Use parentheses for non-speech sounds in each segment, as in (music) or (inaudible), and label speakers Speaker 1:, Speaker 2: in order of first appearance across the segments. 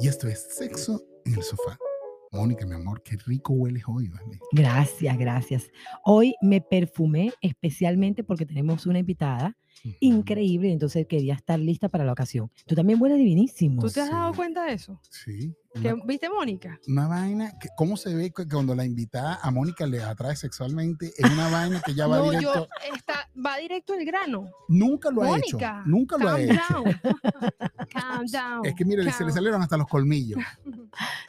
Speaker 1: Y esto es Sexo en el Sofá. Mónica, mi amor, qué rico hueles hoy, ¿vale?
Speaker 2: Gracias, gracias. Hoy me perfumé especialmente porque tenemos una invitada increíble, entonces quería estar lista para la ocasión. Tú también hueles divinísimo.
Speaker 3: ¿Tú te has dado
Speaker 1: Sí.
Speaker 3: cuenta de eso?
Speaker 1: Sí.
Speaker 3: Que-
Speaker 1: Una,
Speaker 3: ¿Viste, Mónica?
Speaker 1: una vaina, que, ¿cómo se ve que cuando la invitada a Mónica le atrae sexualmente? Es una vaina que ya va
Speaker 3: (laughs) No,
Speaker 1: directo.
Speaker 3: yo, está, va directo al grano.
Speaker 1: Nunca lo ha
Speaker 3: Mónica,
Speaker 1: hecho. Nunca lo ha
Speaker 3: calm
Speaker 1: hecho.
Speaker 2: (laughs)
Speaker 3: down. calm down.
Speaker 1: Es que mire, se le
Speaker 3: calm.
Speaker 1: salieron hasta los colmillos.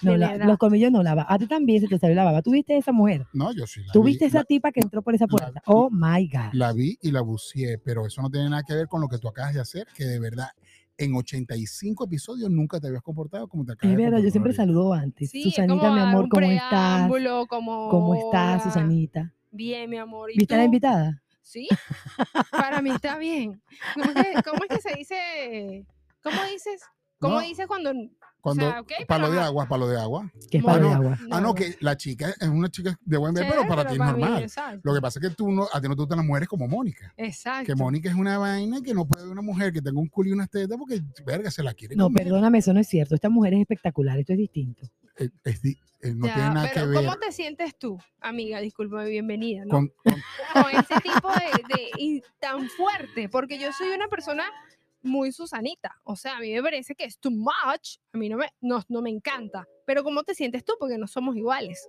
Speaker 2: No,
Speaker 3: de
Speaker 2: la-
Speaker 3: verdad.
Speaker 2: los colmillos no lava. A ti también se te salió la baba. ¿Tuviste esa mujer?
Speaker 1: No, yo sí la vi.
Speaker 2: ¿Tuviste esa
Speaker 1: La-
Speaker 2: tipa que entró por esa puerta?
Speaker 1: vi.
Speaker 2: oh my God.
Speaker 1: La vi y la buceé, pero eso no tiene nada que ver con lo que tú acabas de hacer, que de verdad en 85 episodios nunca te habías comportado como te acabas de
Speaker 2: es verdad,
Speaker 1: comportar
Speaker 2: yo siempre
Speaker 1: ahorita.
Speaker 2: saludo antes.
Speaker 3: Sí, es
Speaker 2: Susanita,
Speaker 3: como
Speaker 2: mi
Speaker 3: dar
Speaker 2: amor,
Speaker 3: un
Speaker 2: ¿cómo estás?
Speaker 3: preámbulo, Como,
Speaker 2: ¿Cómo estás,
Speaker 3: hola,
Speaker 2: Susanita?
Speaker 3: Bien, mi amor. ¿y
Speaker 2: ¿Viste a la
Speaker 3: tú?
Speaker 2: invitada?
Speaker 3: Sí, para mí está bien. ¿Cómo es que, cómo es que se dice? ¿Cómo dices? ¿Cómo
Speaker 1: No,
Speaker 3: dices cuando.?
Speaker 1: Cuando,
Speaker 3: sea, ok,
Speaker 1: palo
Speaker 3: pero
Speaker 1: de
Speaker 3: ajá.
Speaker 1: agua, palo de agua.
Speaker 2: Que es para
Speaker 1: Bueno,
Speaker 2: el agua.
Speaker 1: Ah, no, que la chica es una chica de buen ver,
Speaker 3: Chévere,
Speaker 1: pero para ti es
Speaker 3: mí,
Speaker 1: normal.
Speaker 3: exacto.
Speaker 1: Lo que pasa es que tú no, a ti no te gustan las mujeres como Mónica.
Speaker 3: Exacto.
Speaker 1: Que Mónica es una vaina que no puede haber una mujer que tenga un culo y unas tetas porque, verga, se la quiere
Speaker 2: No,
Speaker 1: comer.
Speaker 2: perdóname, eso no es cierto. Esta mujer es espectacular, esto es distinto.
Speaker 1: Eh, es di- eh, no
Speaker 3: Ya,
Speaker 1: tiene nada que
Speaker 3: pero
Speaker 1: ver.
Speaker 3: ¿Cómo te sientes tú, amiga? Discúlpame, bienvenida. ¿no?
Speaker 1: con- con-
Speaker 3: con ese tipo de, de- y tan fuerte, porque yo soy una persona muy Susanita, o sea, a mí me parece que es too much, a mí no me, no, no me encanta, pero ¿cómo te sientes tú? Porque no somos
Speaker 1: (laughs)
Speaker 3: iguales.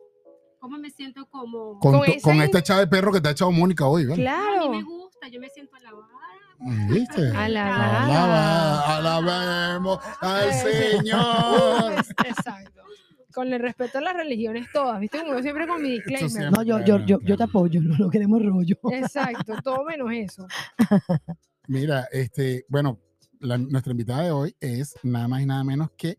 Speaker 4: cómo me siento como
Speaker 1: con,
Speaker 3: con
Speaker 1: tu-
Speaker 3: esa
Speaker 1: con
Speaker 3: in-
Speaker 1: esta chava de perro que te ha echado Mónica hoy, ¿vale?
Speaker 4: No, a mí me
Speaker 3: Claro.
Speaker 4: gusta, yo me siento alabada.
Speaker 1: ¿Viste?
Speaker 3: Alabada.
Speaker 1: Alaba, alabemos al Señor.
Speaker 3: Es- Exacto. Con el respeto a las religiones todas, ¿viste? Como yo siempre con mi disclaimer.
Speaker 1: siempre.
Speaker 2: No, yo, yo, yo, yo te
Speaker 1: Claro.
Speaker 2: apoyo, (laughs) no, no queremos rollo.
Speaker 3: Exacto, todo menos eso.
Speaker 1: Mira, este, bueno, la- nuestra invitada de hoy es nada más y nada menos que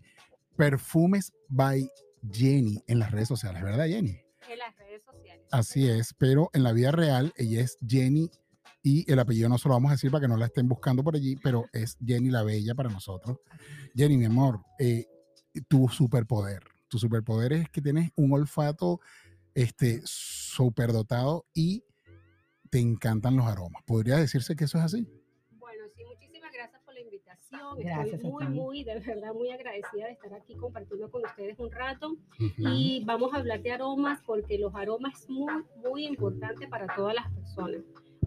Speaker 1: Perfumes by Jenny en las redes sociales, ¿verdad, Jenny?
Speaker 4: En las redes sociales.
Speaker 1: Así es, pero en la vida real ella es Jenny y el apellido no se lo vamos a decir para que no la estén buscando por allí, pero es Jenny la Bella para nosotros. Jenny, mi amor, eh, tu superpoder, tu superpoder es que tienes un olfato este, superdotado y te encantan los aromas. ¿Podría decirse que eso es así?
Speaker 4: Bueno, sí, muchísimas gracias por la invitación.
Speaker 2: Gracias a
Speaker 4: Estoy muy,
Speaker 2: ti.
Speaker 4: muy, de verdad, muy agradecida de estar aquí compartiendo con ustedes un rato.
Speaker 1: Ujú.
Speaker 4: Y vamos a hablar de aromas porque los aromas es muy, muy importante para todas las personas.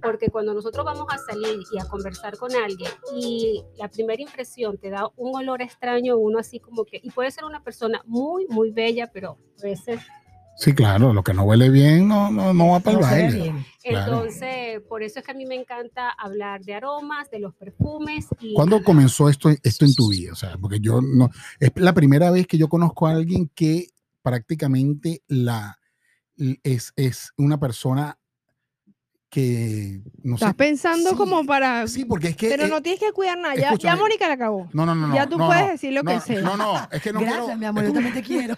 Speaker 4: Porque cuando nosotros vamos a salir y a conversar con alguien y la primera impresión te da un olor extraño, uno así como que, y puede ser una persona muy, muy bella, pero a veces
Speaker 1: Sí, claro, lo que no huele bien no, no, no va para el
Speaker 2: No se ve
Speaker 1: baile.
Speaker 2: bien.
Speaker 1: Claro.
Speaker 4: Entonces, por eso es que a mí me encanta hablar de aromas, de los perfumes y
Speaker 1: ¿Cuándo comenzó esto, esto en tu vida? O sea, porque yo no. Es la primera vez que yo conozco a alguien que prácticamente la es, es una persona que no sé.
Speaker 3: Estás pensando
Speaker 1: sí,
Speaker 3: como para...
Speaker 1: Sí, porque es que.
Speaker 3: pero
Speaker 1: eh,
Speaker 3: no tienes que cuidar nada, ya, ya
Speaker 1: escúchame.
Speaker 3: Mónica la acabó.
Speaker 1: no, no, no, no,
Speaker 3: ya tú
Speaker 1: no,
Speaker 3: puedes
Speaker 1: no,
Speaker 3: decir lo
Speaker 1: no,
Speaker 3: que sea.
Speaker 1: No, no, es
Speaker 3: (laughs)
Speaker 1: que no
Speaker 2: Gracias,
Speaker 1: quiero-
Speaker 2: mi
Speaker 1: (laughs)
Speaker 2: amor, yo
Speaker 1: escu-
Speaker 2: también te (laughs) quiero.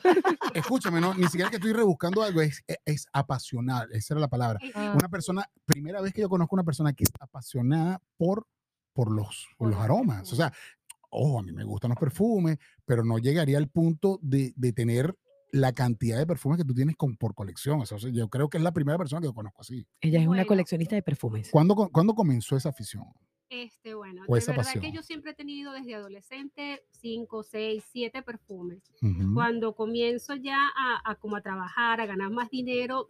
Speaker 1: Escúchame, no, ni siquiera que estoy rebuscando algo, es, es, es apasional, esa era la palabra.
Speaker 3: Ah.
Speaker 1: Una persona, primera vez que yo conozco una persona que es apasionada por, por, los, por
Speaker 4: Por
Speaker 1: los
Speaker 4: los
Speaker 1: aromas. O sea, ojo, a mí me gustan los perfumes, pero no llegaría al punto de, de tener la cantidad de perfumes que tú tienes con, por colección. O sea, yo creo que es la primera persona que yo conozco así.
Speaker 2: Ella es una
Speaker 4: Bueno.
Speaker 2: coleccionista de perfumes.
Speaker 1: ¿Cuándo, co- cuándo comenzó esa afición?
Speaker 4: este, bueno,
Speaker 1: O
Speaker 4: de
Speaker 1: esa
Speaker 4: verdad
Speaker 1: pasión.
Speaker 4: que yo siempre he tenido desde adolescente 5, 6, 7 perfumes.
Speaker 1: Ujú.
Speaker 4: Cuando comienzo ya a, a como a trabajar, a ganar más dinero,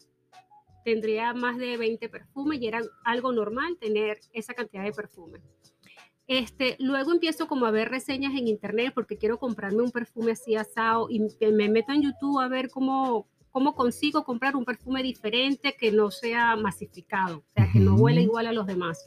Speaker 4: tendría más de 20 perfumes y era algo normal tener esa cantidad de perfumes. Este, luego empiezo como a ver reseñas en internet porque quiero comprarme un perfume así asado y me- me meto en YouTube a ver cómo, cómo consigo comprar un perfume diferente que no sea masificado, o sea, que no huela
Speaker 1: Ujú.
Speaker 4: igual a los demás.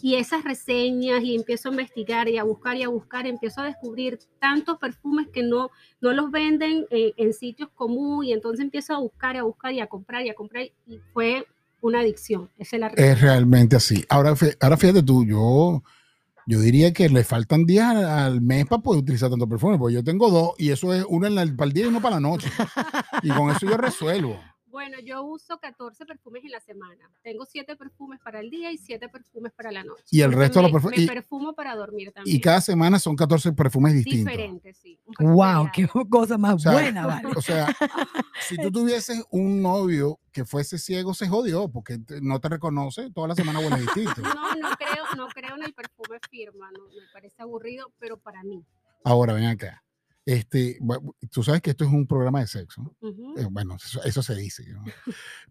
Speaker 4: Y esas reseñas y empiezo a investigar y a buscar y a buscar, empiezo a descubrir tantos perfumes que no, no los venden eh, en sitios comunes y entonces empiezo a buscar y a buscar y a comprar y a comprar y fue una adicción. Esa es la
Speaker 1: Es realmente así. Ahora, fí- ahora fíjate tú, yo, yo diría que le faltan días al, al mes para poder utilizar tanto perfume, porque yo tengo dos y eso es uno en la- para el día y uno para la noche. Y con eso yo resuelvo.
Speaker 4: Bueno, yo uso 14 perfumes en la semana. Tengo 7 perfumes para el día y 7 perfumes para la noche.
Speaker 1: Y el
Speaker 4: Porque
Speaker 1: resto de los
Speaker 4: me-
Speaker 1: perfu-
Speaker 4: Me
Speaker 1: y-
Speaker 4: perfumo para dormir también.
Speaker 1: Y cada semana son 14 perfumes distintos.
Speaker 4: Diferente, sí. un perfume
Speaker 2: ¡Wow! ¡Qué
Speaker 4: diario.
Speaker 2: cosa más
Speaker 1: O sea, (laughs)
Speaker 2: buena, vale!
Speaker 1: O sea, si tú tuvieses un novio que fuese ciego, se jodió, porque te- no te reconoce, toda la semana huele distinto.
Speaker 4: No, no creo, no creo en el perfume firma, no, me parece aburrido, pero para mí.
Speaker 1: Ahora, ven acá. Este, bu- tú sabes que esto es un programa de sexo. ¿no?
Speaker 4: Ujú.
Speaker 1: Eh, Bueno, eso, eso se dice. ¿no?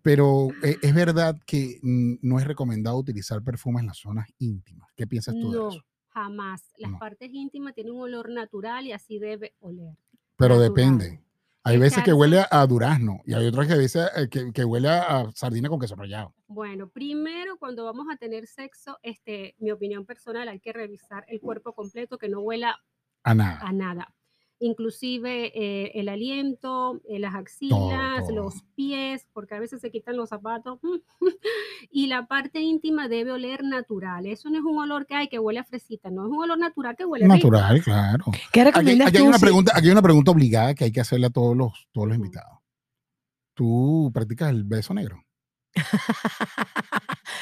Speaker 1: Pero eh, es verdad que mm, no es recomendado utilizar perfumes en las zonas íntimas. ¿Qué piensas tú de
Speaker 4: No,
Speaker 1: eso?
Speaker 4: jamás. Las
Speaker 1: No.
Speaker 4: partes íntimas tienen un olor natural y así debe oler.
Speaker 1: Pero
Speaker 4: natural.
Speaker 1: depende. Hay veces que
Speaker 4: Descansa.
Speaker 1: huele a, a durazno y hay otras que veces eh, que, que huele a, a sardina con queso rallado.
Speaker 4: Bueno, primero cuando vamos a tener sexo, este, mi opinión personal, hay que revisar el cuerpo completo que no huela
Speaker 1: A nada.
Speaker 4: a nada. Inclusive eh, el aliento, eh, las axilas,
Speaker 1: todo.
Speaker 4: los pies, porque a veces se quitan los zapatos. (laughs) y la parte íntima debe oler natural. Eso no es un olor que hay que huele a fresita, no es un olor natural que huele rico.
Speaker 1: Natural, claro.
Speaker 2: ¿Qué
Speaker 1: Aquí,
Speaker 2: recomiendas
Speaker 1: aquí hay
Speaker 2: tú?
Speaker 1: una
Speaker 2: si- Mm.
Speaker 1: pregunta, aquí hay una pregunta obligada que hay que hacerle a todos los, todos los
Speaker 4: Ujú.
Speaker 1: invitados. Tú practicas el beso negro.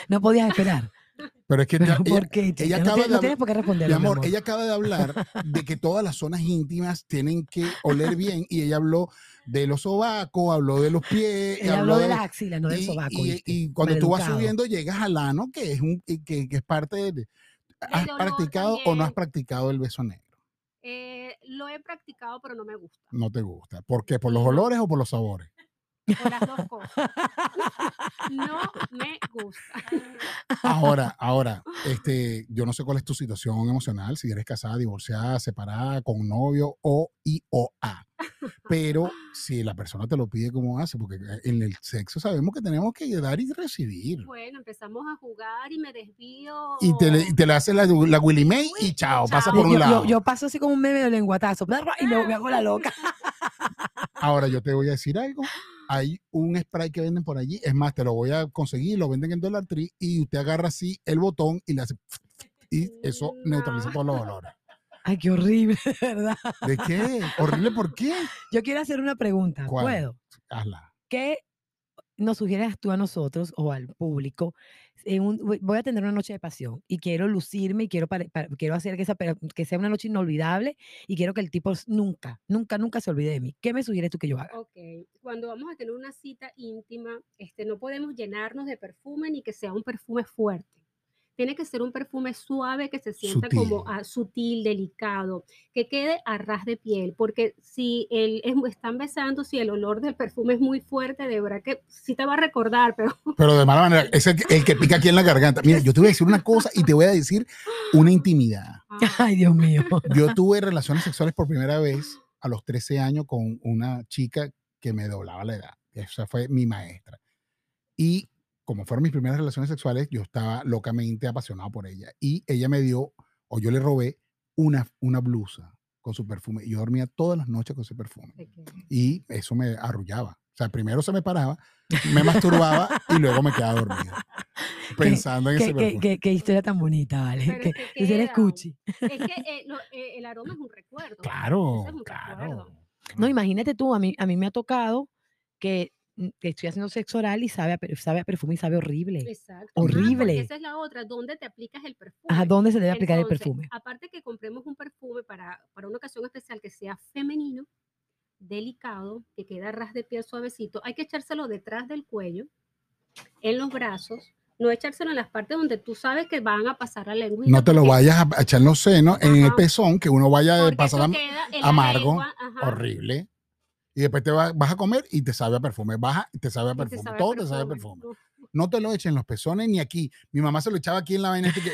Speaker 2: no podías esperar.
Speaker 1: (laughs) Pero es que
Speaker 2: Pero
Speaker 1: ya- ella-
Speaker 2: ¿por qué, chica? no,
Speaker 1: acaba de
Speaker 2: tienes- no
Speaker 1: hablar-
Speaker 2: tienes por qué responder.
Speaker 1: Mi amor, ella acaba de hablar de que todas las zonas íntimas tienen que oler bien y ella habló de los sobacos, eh, habló de los pies, y
Speaker 2: Ella habló de las axilas, no del
Speaker 1: y-
Speaker 2: sobaco.
Speaker 1: y-
Speaker 2: ¿viste?
Speaker 1: y cuando tú vas
Speaker 2: Maleducado.
Speaker 1: subiendo llegas al ano, que es un y que, que es parte de ¿Has
Speaker 4: olor
Speaker 1: practicado o no has
Speaker 4: también.
Speaker 1: practicado el beso negro?
Speaker 4: Eh, lo he practicado, pero no me gusta.
Speaker 1: No te gusta. ¿Por qué? ¿Por los
Speaker 4: No.
Speaker 1: olores o por los sabores?
Speaker 4: Por las dos cosas. (laughs) No me gusta.
Speaker 1: Ahora, ahora, este, yo no sé cuál es tu situación emocional, si eres casada, divorciada, separada, con novio o y o a. Pero si la persona te lo pide, ¿cómo hace? Porque eh, en el sexo sabemos que tenemos que dar y recibir.
Speaker 4: Bueno, empezamos a jugar y me desvío.
Speaker 1: Mm. Y te, le- y te la hace la, la Willy May y chao, pasa
Speaker 4: Chao.
Speaker 1: por
Speaker 2: Yo-
Speaker 1: un
Speaker 2: yo,
Speaker 1: lado.
Speaker 2: yo paso así como un meme de lenguatazo bla, y me, me hago
Speaker 1: (laughs)
Speaker 2: la loca.
Speaker 1: Ahora yo te voy a decir algo. Hay un spray que venden por allí. Es más, te lo voy a conseguir, lo venden en Dollar Tree y usted agarra así el botón y le hace... Y eso neutraliza
Speaker 4: No.
Speaker 1: todos los olores.
Speaker 2: Ay, qué horrible, (laughs) de verdad.
Speaker 1: ¿De qué? ¿Horrible por qué?
Speaker 2: Yo quiero hacer una pregunta.
Speaker 1: ¿Cuál?
Speaker 2: ¿Puedo?
Speaker 1: Hazla.
Speaker 2: ¿Qué nos sugieres tú a nosotros o al público? en un- voy- voy a tener una noche de pasión y quiero lucirme y quiero, pare- pa- quiero hacer que, esa, pe- que sea una noche inolvidable y quiero que el tipo s- nunca, nunca, nunca se olvide de mí. ¿Qué me sugieres tú que yo haga? (laughs)
Speaker 4: Ok, cuando vamos a tener una cita íntima, este, no podemos llenarnos de perfume ni que sea un perfume fuerte. Tiene que ser un perfume suave que se sienta como
Speaker 1: Sutil.
Speaker 4: ah, sutil, delicado, que quede a ras de piel, porque si el, es- están besando, si el olor del perfume es muy fuerte, de verdad que sí te va a recordar,
Speaker 1: (laughs)
Speaker 4: pero
Speaker 1: Pero de mala manera, es el que, el que pica aquí en la garganta. Mira, yo te voy a decir una cosa y te voy a decir una intimidad.
Speaker 4: ah,
Speaker 2: Ay, Dios mío.
Speaker 1: Yo tuve relaciones sexuales por primera vez a los 13 años con una chica que me doblaba la edad. Esa fue mi maestra. Y como fueron mis primeras relaciones sexuales, yo estaba locamente apasionado por ella. Y ella me dio, o yo le robé, una, una blusa con su perfume. Y yo dormía todas las noches con ese perfume.
Speaker 4: de que-
Speaker 1: Y eso me arrullaba. O sea, primero se me paraba, me masturbaba y luego me quedaba
Speaker 4: (laughs)
Speaker 1: dormido. Pensando en ese
Speaker 2: (laughs) ¿Qué, qué,
Speaker 1: perfume.
Speaker 2: qué- qué historia tan bonita, ¿vale?
Speaker 4: Pero
Speaker 2: Que,
Speaker 4: es que
Speaker 2: que si eres
Speaker 4: queda.
Speaker 2: cuchi.
Speaker 4: es que
Speaker 1: (laughs)
Speaker 4: eh, lo- eh, el aroma es un recuerdo.
Speaker 1: Claro,
Speaker 4: Eso es un
Speaker 1: claro.
Speaker 4: recuerdo.
Speaker 2: No, imagínate tú, a mí, a mí me ha tocado que, mm, que estoy haciendo sexo oral y sabe a, per- sabe a perfume y sabe horrible.
Speaker 4: Exacto. Ah, porque
Speaker 2: Horrible.
Speaker 4: esa es la otra, ¿dónde te aplicas el perfume?
Speaker 2: ¿A dónde se debe aplicar el
Speaker 4: Entonces,
Speaker 2: perfume?
Speaker 4: Aparte que compremos un perfume para, para una ocasión especial que sea femenino, delicado, que queda a ras de piel suavecito, hay que echárselo detrás del cuello, en los brazos, no echárselo en las partes donde tú sabes que van a pasar la lengua.
Speaker 1: No te lo vayas a- a echar en los senos, en el
Speaker 4: Ajá.
Speaker 1: pezón, que uno vaya a
Speaker 4: porque
Speaker 1: pasar
Speaker 4: eso
Speaker 1: la-
Speaker 4: queda en la
Speaker 1: amargo,
Speaker 4: lengua, ajá,
Speaker 1: horrible. Y después te va- vas a comer y te sabe a perfume. Baja y te sabe a
Speaker 4: y te
Speaker 1: perfume.
Speaker 4: sabe a
Speaker 1: Todo te sabe a perfume.
Speaker 4: Uf,
Speaker 1: No te lo echen en los pezones ni aquí. Mi mamá se lo echaba aquí en la vaina. este que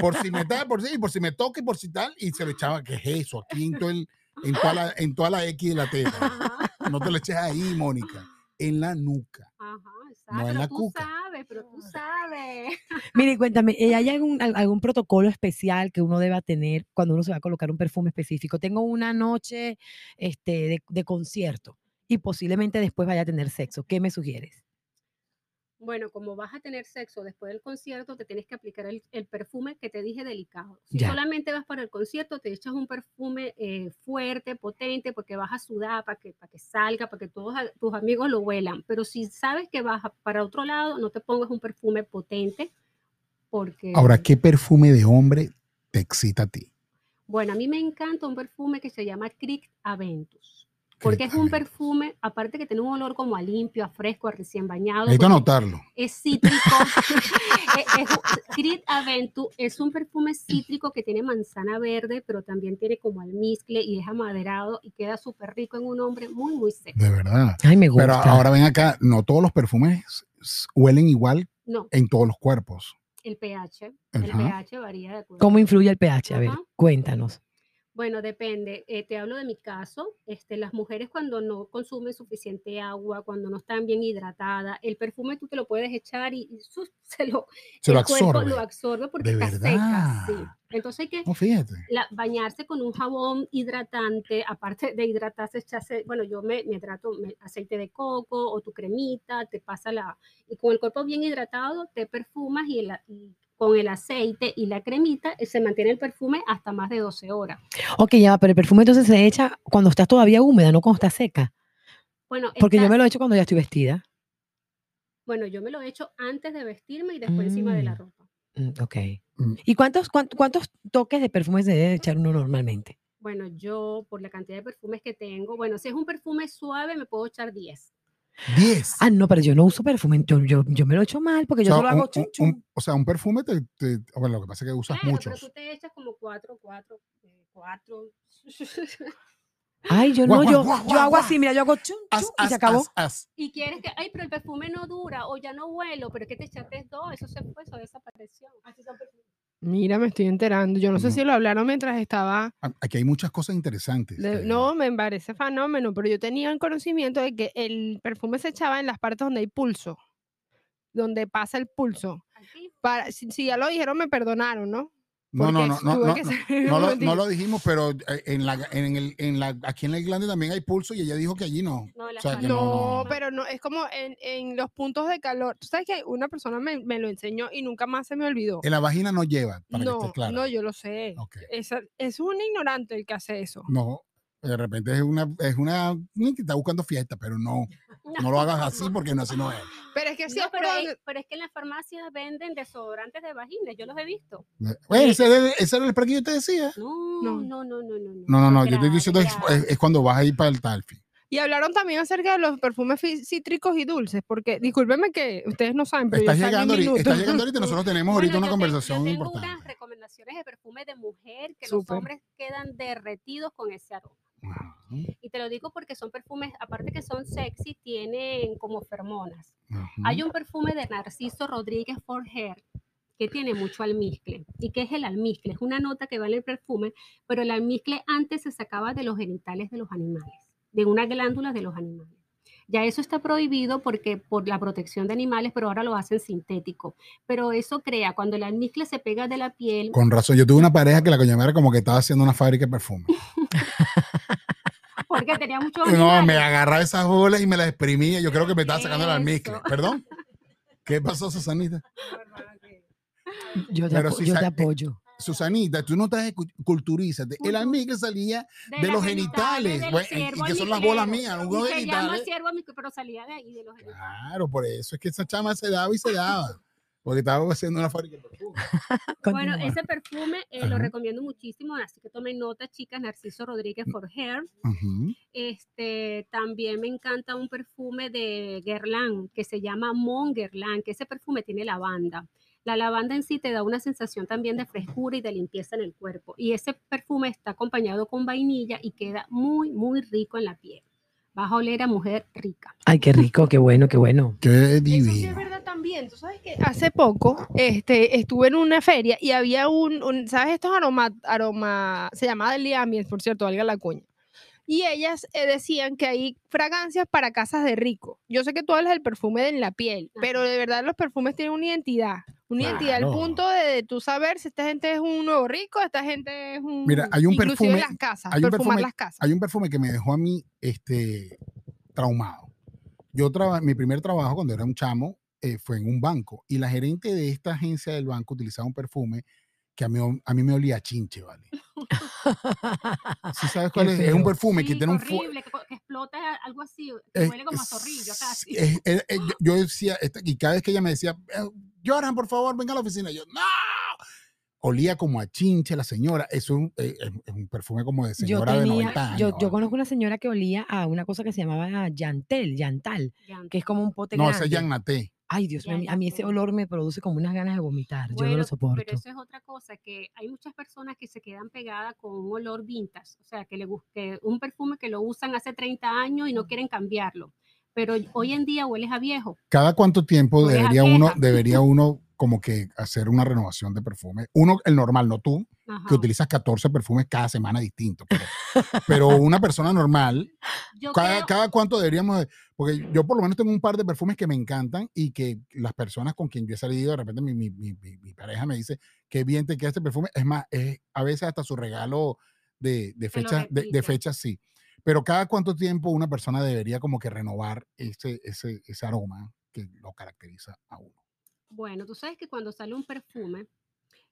Speaker 1: por si me tal, por si, y por si me toca y por si tal. Y se lo echaba, ¿qué es eso? Aquí en, todo el- en, toda, la, en toda la X de la teta.
Speaker 4: Ajá,
Speaker 1: No te lo eches ahí, Mónica. En la nuca.
Speaker 4: ajá, exacto,
Speaker 1: en
Speaker 4: pero
Speaker 1: la
Speaker 4: tú
Speaker 1: cuca.
Speaker 4: sabes, pero tú sabes.
Speaker 2: Mire, cuéntame, eh, ¿hay algún, al- algún protocolo especial que uno deba tener cuando uno se va a colocar un perfume específico? Tengo una noche este, de, de concierto y posiblemente después vaya a tener sexo. ¿Qué me sugieres?
Speaker 4: Bueno, como vas a tener sexo después del concierto, te tienes que aplicar el, el perfume que te dije delicado. Si
Speaker 2: Ya.
Speaker 4: solamente vas para el concierto, te echas un perfume eh, fuerte, potente, porque vas a sudar para que, para que salga, para que todos a- tus amigos lo huelan. Pero si sabes que vas a- para otro lado, no te pongas un perfume potente, porque,
Speaker 1: Ahora, ¿qué perfume de hombre te excita a ti?
Speaker 4: bueno, a mí me encanta un perfume que se llama Crick Aventus. porque es un
Speaker 1: Exactamente.
Speaker 4: perfume, aparte que tiene un olor como a limpio, a fresco, a recién bañado,
Speaker 1: Necesito
Speaker 4: porque
Speaker 1: anotarlo.
Speaker 4: es
Speaker 1: (laughs)
Speaker 4: cítrico. (laughs) es, es un- Creed Aventus es un perfume cítrico que tiene manzana verde, pero también tiene como almizcle y es amaderado y queda súper rico en un hombre muy, muy sexy.
Speaker 1: De verdad.
Speaker 2: Ay, me gusta.
Speaker 1: Pero ahora ven acá, no todos los perfumes s- huelen igual
Speaker 4: No,
Speaker 1: en todos los cuerpos.
Speaker 4: el pH, el
Speaker 1: Ajá.
Speaker 4: pH varía de acuerdo.
Speaker 2: ¿Cómo influye el pH? A ver,
Speaker 4: Ajá.
Speaker 2: cuéntanos.
Speaker 4: Bueno, depende. eh, te hablo de mi caso. Este, las mujeres cuando no consumen suficiente agua, cuando no están bien hidratadas, el perfume tú te lo puedes echar y, (laughs) y su- se lo,
Speaker 1: Se lo
Speaker 4: el cuerpo
Speaker 1: absorbe.
Speaker 4: lo absorbe porque
Speaker 1: De
Speaker 4: está seca. sí.
Speaker 1: verdad.
Speaker 4: Entonces hay que
Speaker 1: No, fíjate.
Speaker 4: la- bañarse con un jabón hidratante, aparte de hidratarse, echarse, bueno, yo me, me hidrato me- aceite de coco o tu cremita, te pasa la, y con el cuerpo bien hidratado, te perfumas y, el a- y con el aceite y la cremita eh, se mantiene el perfume hasta más de 12 horas.
Speaker 2: Ok, ya, va, pero el perfume entonces se echa cuando estás todavía húmeda, no cuando estás seca.
Speaker 4: Bueno,
Speaker 2: Porque yo
Speaker 4: estás-
Speaker 2: me lo echo cuando ya estoy vestida.
Speaker 4: bueno, yo me lo echo antes de vestirme y después encima de la
Speaker 2: Mm.
Speaker 4: ropa.
Speaker 2: Mm, Ok.
Speaker 1: Mm.
Speaker 2: ¿Y cuántos, cuán- cuántos, toques de perfume se debe echar uno normalmente?
Speaker 4: Bueno, yo por la cantidad de perfumes que tengo, bueno, si es un perfume suave me puedo echar 10.
Speaker 1: 10.
Speaker 2: Ah, no, pero yo no uso perfume. Yo, yo, yo me lo echo mal porque
Speaker 1: O
Speaker 2: yo
Speaker 1: sea,
Speaker 2: solo hago
Speaker 1: un-
Speaker 2: chum,
Speaker 1: un- un-
Speaker 2: chum.
Speaker 1: o sea, un perfume te, te- Bueno, lo que pasa es que usas
Speaker 4: Claro, pero tú
Speaker 1: muchos.
Speaker 4: te echas como eh, 4, 4, 4. (laughs)
Speaker 2: Ay, yo
Speaker 1: Guau, guau,
Speaker 2: no, yo,
Speaker 1: guau,
Speaker 2: yo
Speaker 1: guau,
Speaker 2: hago
Speaker 1: guau.
Speaker 2: así, mira, yo hago chum,
Speaker 1: As,
Speaker 2: chum, y
Speaker 1: as,
Speaker 2: se acabó.
Speaker 1: as, as.
Speaker 4: y quieres que, ay, pero el perfume no dura, o ya no huelo, pero es que te echaste dos, eso se fue, eso desapareció.
Speaker 3: Mira, me estoy enterando. Yo no sé
Speaker 1: No.
Speaker 3: si lo hablaron mientras estaba.
Speaker 1: A- Aquí hay muchas cosas interesantes.
Speaker 3: de-
Speaker 1: eh,
Speaker 3: no, me parece fenómeno, pero yo tenía el conocimiento de que el perfume se echaba en las partes donde hay pulso, donde pasa el pulso.
Speaker 4: Aquí,
Speaker 3: Para, si, si ya lo dijeron, me perdonaron, ¿no?
Speaker 1: No, no,
Speaker 3: Porque
Speaker 1: no, no,
Speaker 3: tuve
Speaker 1: no,
Speaker 3: que
Speaker 1: no,
Speaker 3: salir
Speaker 1: (laughs)
Speaker 2: (laughs)
Speaker 3: (laughs)
Speaker 1: no
Speaker 3: un
Speaker 1: lo,
Speaker 3: momentico.
Speaker 1: no lo dijimos, pero eh, en la, en el, en la, aquí en la Irlanda también hay pulso y ella dijo que allí no.
Speaker 4: No, la
Speaker 1: O sea, que no,
Speaker 3: No, pero no, es como en, en los puntos de calor. Tú sabes que una persona me, me lo enseñó y nunca más se me olvidó.
Speaker 1: En la vagina no lleva, para que
Speaker 3: No,
Speaker 1: estés claro.
Speaker 3: no, yo lo sé.
Speaker 1: Ok.
Speaker 3: Esa- es un ignorante el que hace eso.
Speaker 1: No, de repente es una, es una, ni que está buscando fiesta, pero no, no lo hagas
Speaker 2: (laughs)
Speaker 1: así porque no, así no es.
Speaker 3: Pero es que sí,
Speaker 4: No,
Speaker 3: es por
Speaker 4: pero,
Speaker 3: donde-
Speaker 4: es, pero es que en las farmacias venden desodorantes de vagina, yo los he visto.
Speaker 1: Bueno, ese era, el- ese era el spray que yo te decía.
Speaker 4: No,
Speaker 3: No.
Speaker 4: no, no, no, no. No,
Speaker 1: No, no, no, yo estoy
Speaker 4: grave,
Speaker 1: diciendo es,
Speaker 4: grave.
Speaker 1: es- es cuando vas a ir para el talfi.
Speaker 3: Y hablaron también acerca de los perfumes fi- cítricos y dulces, porque discúlpenme que ustedes no saben, pero yo
Speaker 1: Estás
Speaker 3: salí un
Speaker 1: llegando, ahorita- estás
Speaker 3: minuto.
Speaker 1: llegando ahorita, y
Speaker 4: (laughs)
Speaker 1: nosotros tenemos ahorita
Speaker 4: Bueno,
Speaker 1: una
Speaker 4: yo te- yo
Speaker 1: conversación
Speaker 4: tengo unas
Speaker 1: importante.
Speaker 4: recomendaciones de perfume de mujer que los
Speaker 3: Súper.
Speaker 4: hombres quedan derretidos con ese aroma.
Speaker 1: Ajá,
Speaker 4: Y te lo digo porque son perfumes, aparte que son sexy, tienen como fermonas.
Speaker 1: ajá.
Speaker 4: Hay un perfume de Narciso Rodríguez for Hair que tiene mucho almizcle. ¿Y qué es el almizcle? Es una nota que va en el perfume, pero el almizcle antes se sacaba de los genitales de los animales, de unas glándulas de los animales. Ya eso está prohibido porque por la protección de animales, pero ahora lo hacen sintético. Pero eso crea, cuando el almizcle se pega de la piel,
Speaker 1: Con razón, yo tuve una pareja que la coñamera era como que estaba haciendo una fábrica de perfume.
Speaker 4: porque tenía mucho
Speaker 1: (laughs) No, me
Speaker 4: animales.
Speaker 1: agarraba esas bolas y me las exprimía. Yo creo que me estaba sacando el almizcle.
Speaker 4: Eso.
Speaker 1: ¿Perdón? ¿Qué pasó, Susanita?
Speaker 2: Yo te,
Speaker 1: Pero
Speaker 2: apo-
Speaker 1: si
Speaker 2: yo
Speaker 1: sa-
Speaker 2: te
Speaker 1: eh,
Speaker 2: apoyo.
Speaker 1: Susanita, tú no estás escu- culturízate. El almizcle salía de
Speaker 4: las
Speaker 1: los genitales,
Speaker 4: del
Speaker 1: bueno, y-
Speaker 4: ciervo
Speaker 1: y que son las bolas mías,
Speaker 4: almizclero.
Speaker 1: unos
Speaker 4: Y se llama
Speaker 1: genitales.
Speaker 4: ciervo almizcle, pero salía de ahí, de los genitales.
Speaker 1: Claro, por eso es que esa chama se daba y se daba. Porque estaba haciendo una fábrica de perfume.
Speaker 4: Bueno,
Speaker 2: Continúa.
Speaker 4: ese perfume eh,
Speaker 1: Ajá.
Speaker 4: lo recomiendo muchísimo, así que tomen nota, chicas, Narciso Rodríguez
Speaker 1: Mm.
Speaker 4: for Hair.
Speaker 1: Ujú.
Speaker 4: Este, también me encanta un perfume de Guerlain que se llama Mon Guerlain, que ese perfume tiene lavanda. La lavanda en sí te da una sensación también de frescura y de limpieza en el cuerpo. Y ese perfume está acompañado con vainilla y queda muy, muy rico en la piel. Vas a oler a mujer rica.
Speaker 2: Ay, qué rico, qué bueno, qué bueno.
Speaker 1: Qué
Speaker 3: Eso sí
Speaker 1: divino.
Speaker 3: es verdad también. Tú sabes que hace poco este, estuve en una feria y había un, un- ¿sabes? Estos aroma, aroma se llamaba Deadly Ambience, por cierto, valga la cuña. Y ellas eh, decían que hay fragancias para casas de rico. Yo sé que tú hablas del perfume de en la piel,
Speaker 4: Ajá.
Speaker 3: pero de verdad los perfumes tienen una identidad. Una identidad al
Speaker 1: Claro.
Speaker 3: punto de, de tú saber si esta gente es un nuevo rico, esta gente es un...
Speaker 1: Mira, hay un
Speaker 3: inclusive
Speaker 1: perfume-
Speaker 3: las casas,
Speaker 1: hay un
Speaker 3: perfumar
Speaker 1: perfume-
Speaker 3: las casas.
Speaker 1: hay un perfume que me dejó a mí este, traumado. Yo traba- mi primer trabajo cuando era un chamo eh, fue en un banco y la gerente de esta agencia del banco utilizaba un perfume que a mí, o- a mí me olía a chinche,
Speaker 2: (laughs)
Speaker 1: ¿vale? ¿Sí sabes cuál
Speaker 2: Qué
Speaker 1: es? Es un
Speaker 2: feo.
Speaker 1: perfume que
Speaker 4: Sí,
Speaker 1: tiene un fu-
Speaker 4: horrible, que, co- que explota algo así, que
Speaker 1: eh,
Speaker 4: huele como a
Speaker 1: es-
Speaker 4: zorrillo casi.
Speaker 1: es- es- es- yo- yo decía, esta- y cada vez que ella me decía, "Eh, Joran, por favor, venga a la oficina, yo, no, olía como a chinche la señora. Eso es un, eh, es- es un perfume como de
Speaker 2: Yo,
Speaker 1: señora de
Speaker 2: tenía,
Speaker 1: 90 años.
Speaker 2: yo, yo conozco una señora que olía a una cosa que se llamaba llantel, llantal,
Speaker 4: Ya.
Speaker 2: que es como un pote
Speaker 1: No, ese
Speaker 2: grande.
Speaker 1: es Naté.
Speaker 2: Ay, Dios mío, a mí- a mí ese
Speaker 4: Llantal.
Speaker 2: olor me produce como unas ganas de vomitar. yo no
Speaker 4: Bueno,
Speaker 2: lo soporto.
Speaker 4: Pero eso es otra cosa, que hay muchas personas que se quedan pegadas con un olor vintage, o sea, que le gus- que un perfume que lo usan hace 30 años y no quieren cambiarlo. Pero hoy en día hueles a viejo.
Speaker 1: ¿Cada cuánto tiempo
Speaker 4: Oreja
Speaker 1: debería uno,
Speaker 4: vieja.
Speaker 1: debería uno como que hacer una renovación de perfume? Uno, el normal, no tú,
Speaker 4: Ajá.
Speaker 1: que utilizas 14 perfumes cada semana distintos. Pero, pero una persona normal,
Speaker 4: Yo
Speaker 1: cada,
Speaker 4: creo-
Speaker 1: cada cuánto deberíamos, de- porque yo por lo menos tengo un par de perfumes que me encantan y que las personas con quien yo he salido, de repente mi, mi- mi- mi- mi pareja me dice, qué bien te queda este perfume. Es más, es a veces hasta su regalo de, de
Speaker 4: Te lo
Speaker 1: fecha, de, de
Speaker 4: repite.
Speaker 1: fecha sí. Pero cada cuánto tiempo una persona debería como que renovar ese, ese, ese aroma que lo caracteriza a uno.
Speaker 4: Bueno, tú sabes que cuando sale un perfume,